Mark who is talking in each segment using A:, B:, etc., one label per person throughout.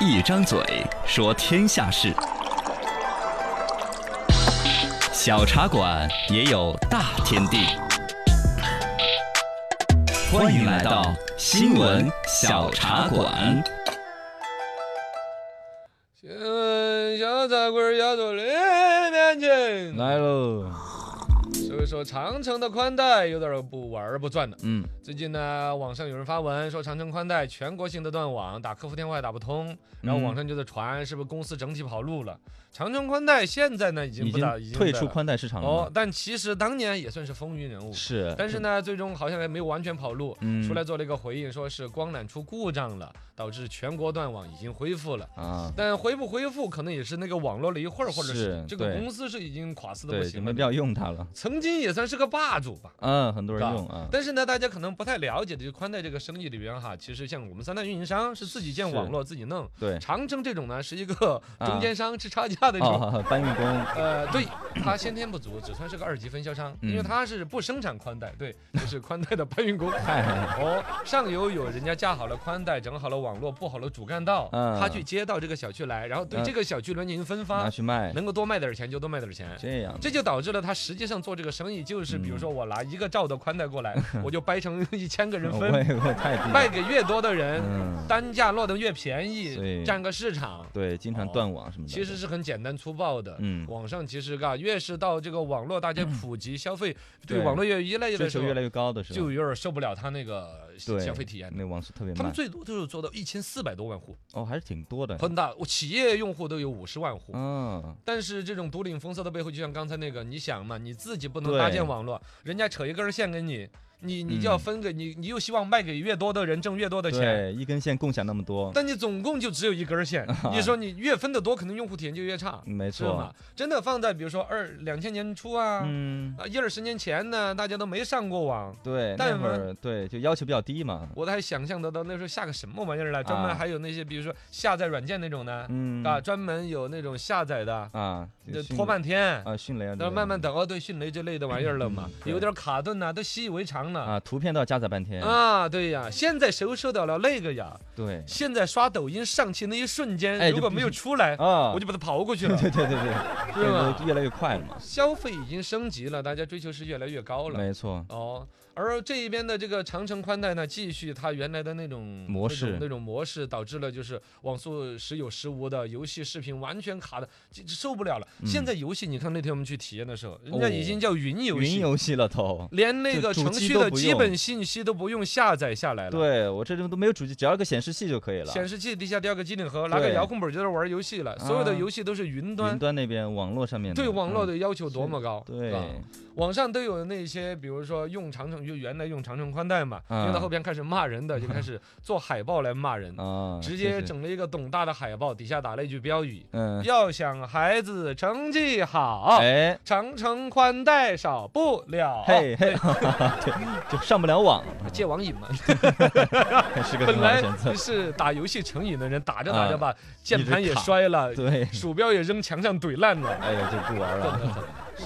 A: 一张嘴说天下事，小茶馆也有大天地。欢迎来到新闻小茶馆。
B: 请问呃小茶馆要走里面请。
C: 来喽，
B: 所以说长城的宽带有点儿不玩儿不转的。
C: 嗯，
B: 最近呢，网上有人发文说长城宽带全国性的断网，打客服电话也打不通，然后
C: 嗯
B: 网上就在传是不是公司整体跑路了。长城宽带现在呢已经
C: 已
B: 不打，已
C: 经嗯
B: 经
C: 退
B: 不
C: 出
B: 打
C: 宽带市场了
B: 哦
C: 吗，，
B: 但其实当年也算是风云人物，
C: 是，
B: 但是呢，最终好像还没有完全跑路。
C: 嗯，
B: 出来做了一个回应，说是光缆出故障了，导致全国断网，已经恢复了。
C: 啊，
B: 但恢不恢复，可能也是那个网络了一会儿，或者是
C: 是
B: 这个
C: 对
B: 公司是已经垮死的不
C: 对，就
B: 行
C: 没
B: 了
C: 必
B: 的。
C: 要用它了。
B: 曾经也算是个霸主吧。
C: 嗯，很多人
B: 是吧
C: 用啊，
B: 但是呢，大家可能不太了解的，就是宽带这个生意里边哈，其实像我们三大运营商是自己建
C: 是
B: 网络自己弄，
C: 对，
B: 长城这种呢是一个
C: 啊
B: 中间商吃差价的这种，
C: 哦，搬运工，
B: 呃，对，它先天不足，只算是个二级分销商，因为
C: 嗯
B: 它是不生产宽带，对，就是宽带的搬 运工。
C: 嗨，
B: 哦，上游有人家架好了宽带，整好了网络，布好了主干道，
C: 嗯
B: 他去接到这个小区来，然后对
C: 嗯
B: 这个小区轮进行分
C: 拿
B: 发，
C: 去卖，
B: 能够多卖点钱就多卖点钱。
C: 这样，
B: 这就导致了他实际上做这个生意，就是比如
C: 嗯
B: 说我拿一个兆的宽带过来，我就掰成一千个 人
C: 哦我
B: 分，
C: 也我也太低
B: 卖
C: 了，
B: 给越多的人，
C: 嗯，
B: 单价落得越便
C: 所
B: 宜，
C: 以
B: 占个市场。
C: 对，经常断网什么的，
B: 哦其实是很简单粗暴的。
C: 嗯
B: 网上其实嘎，越是到这个网络大家普及消费，对
C: 对
B: 网络越依赖
C: 追
B: 的时
C: 求
B: 候，
C: 越来越高的时
B: 就
C: 候，
B: 有点受不了他那个
C: 对，
B: 消费体验。
C: 那网速特别
B: 他们
C: 慢，
B: 最多就是做到一千四百多万户，
C: 哦，还是挺多的，
B: 很大，我企业用户都有五十万户。
C: 嗯，
B: 但是这种独领风骚的背后，就像刚才那个，你想嘛，你自己不能
C: 对
B: 搭建网络，人家扯一根线给你，你你就要
C: 嗯
B: 分给你，你又希望卖给越多的人挣越多的钱，
C: 对，一根线共享那么多，
B: 但你总共就只有一 根线，你说你越分的多，可能用户体验就越差，
C: 没
B: 是
C: 错
B: 吗，？真的放在比如说二两千年初啊，
C: 嗯，
B: 啊一二十年前呢，大家都没上过网，
C: 对，那
B: 但
C: 会
B: 凡
C: 儿对就要求比较低嘛，
B: 我都还想象得到那时候下个什么玩意儿来，专门
C: 啊
B: 还有那些比如说下载软件那种呢，
C: 嗯
B: 啊，专门有那种下载的，
C: 啊，
B: 就
C: 迅
B: 拖
C: 雷
B: 半天。
C: 啊，迅雷啊，
B: 然后慢慢等，哦，对，迅雷这类的玩意儿了嘛
C: 嗯，对
B: 有点卡顿呐、都习以为常了。
C: 啊，图片都要加载半天，
B: 啊，对呀，现在谁又受得了那个呀？
C: 对
B: 现在刷抖音上去那一瞬间，
C: 哎
B: 如
C: 就
B: 果
C: 必
B: 没有
C: 须
B: 出来，
C: 啊，
B: 我就把它刨过去了
C: 对，对对对对，
B: 是吧
C: 就？越来越快了嘛，
B: 消费已经升级了，大家追求是越来越高了。
C: 没错，
B: 哦，而这一边的这个长城宽带呢，继续它原来的那种
C: 模式
B: 那种那种模式，导致了就是网速时有时无的，游戏视频完全卡的，就就受不了了。
C: 嗯
B: 现在游戏，你看那天我们去体验的时候，人家已经叫云游
C: 哦
B: 戏，
C: 云游戏了都。
B: 连那
C: 就
B: 个
C: 主
B: 程
C: 机
B: 序
C: 都
B: 的
C: 不
B: 基
C: 用
B: 本信息都不用下载下来了。。
C: 对我这里都没有主机，只要一个显示器就可以了。
B: 显示器底下掉个机顶盒，拿个
C: 对
B: 遥控本就在那玩游戏了。所有的
C: 啊
B: 游戏都是云端，
C: 云端那边网络上面
B: 对网
C: 嗯
B: 络的要求多么高，是吧
C: 对，
B: 网上都有那些，比如说用长城，就原来用长城宽带嘛，用到
C: 嗯
B: 后边开始骂人的，就 开始做海报来骂人，
C: 啊，
B: 直
C: 就
B: 接
C: 是
B: 整了一个董大的海报，底下打了一句标语：
C: 嗯，
B: 要想孩子成绩好，
C: 哎，
B: 长城宽带少不了。
C: 嘿嘿，哈哈对，就上不了网，
B: 戒网瘾嘛，
C: 是个很
B: 本
C: 好的
B: 来
C: 选择。
B: 是打游戏成瘾的人，打着打着
C: 啊
B: 把键
C: 一直
B: 盘也
C: 卡
B: 摔了，
C: 对，
B: 鼠标也扔墙上怼烂了。
C: 哎呀，就不玩
B: 真
C: 了。
B: 的很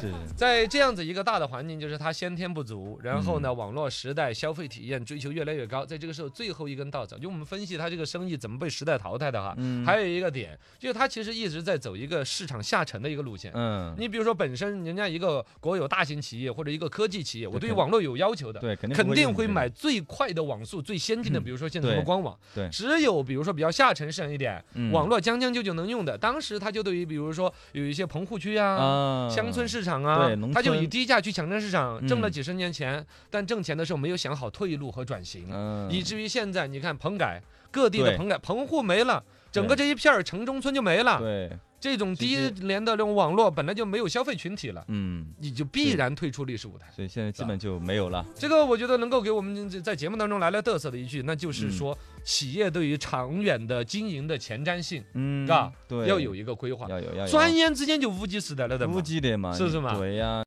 C: 是，
B: 在这样子一个大的环境，就是它先天不足，然后
C: 嗯
B: 呢，网络时代消费体验追求越来越高，在这个时候最后一根稻草，就我们分析它这个生意怎么被时代淘汰的哈，
C: 嗯，
B: 还有一个点就是它其实一直在走一个市场下沉的一个路线。
C: 嗯，
B: 你比如说，本身人家一个国有大型企业或者一个科技企业，我对于
C: 肯
B: 网络有要求的，
C: 对，肯定
B: 肯
C: 不
B: 定
C: 用
B: 会
C: 这个
B: 买最快的网速、最先进的，
C: 嗯
B: 比如说现在什么
C: 对
B: 官网。
C: 对
B: 只有比如说比较下沉深一点，
C: 嗯
B: 网络将将就就能用的。当时它就对于比如说有一些棚户区啊。
C: 啊，
B: 乡村市场啊
C: 对农，
B: 它就以
C: 村
B: 低价去抢占市场，
C: 嗯
B: 挣了几十年钱，但挣钱的时候没有想好退路和转型，
C: 嗯，
B: 以至于现在你看棚改，各地的
C: 对
B: 棚改，棚户没了，整个这一片儿城中村就没了，
C: 对，
B: 这种
C: 直
B: 低
C: 接
B: 廉的这种网络本来就没有消费群体了，
C: 嗯，
B: 你就必
C: 是
B: 然退出历史舞台。
C: 所以现在基本就没有了。
B: 这个我觉得能够给我们这在节目当中来来嘚瑟的一句，那就是
C: 嗯
B: 说，企业对于长远的经营的前瞻性
C: 嗯，
B: 是吧
C: 对，
B: 要有一个规划。
C: 要有要有
B: 转眼之间就五 G 时代了的嘛
C: 估，计的嘛，
B: 是不是嘛
C: 对呀，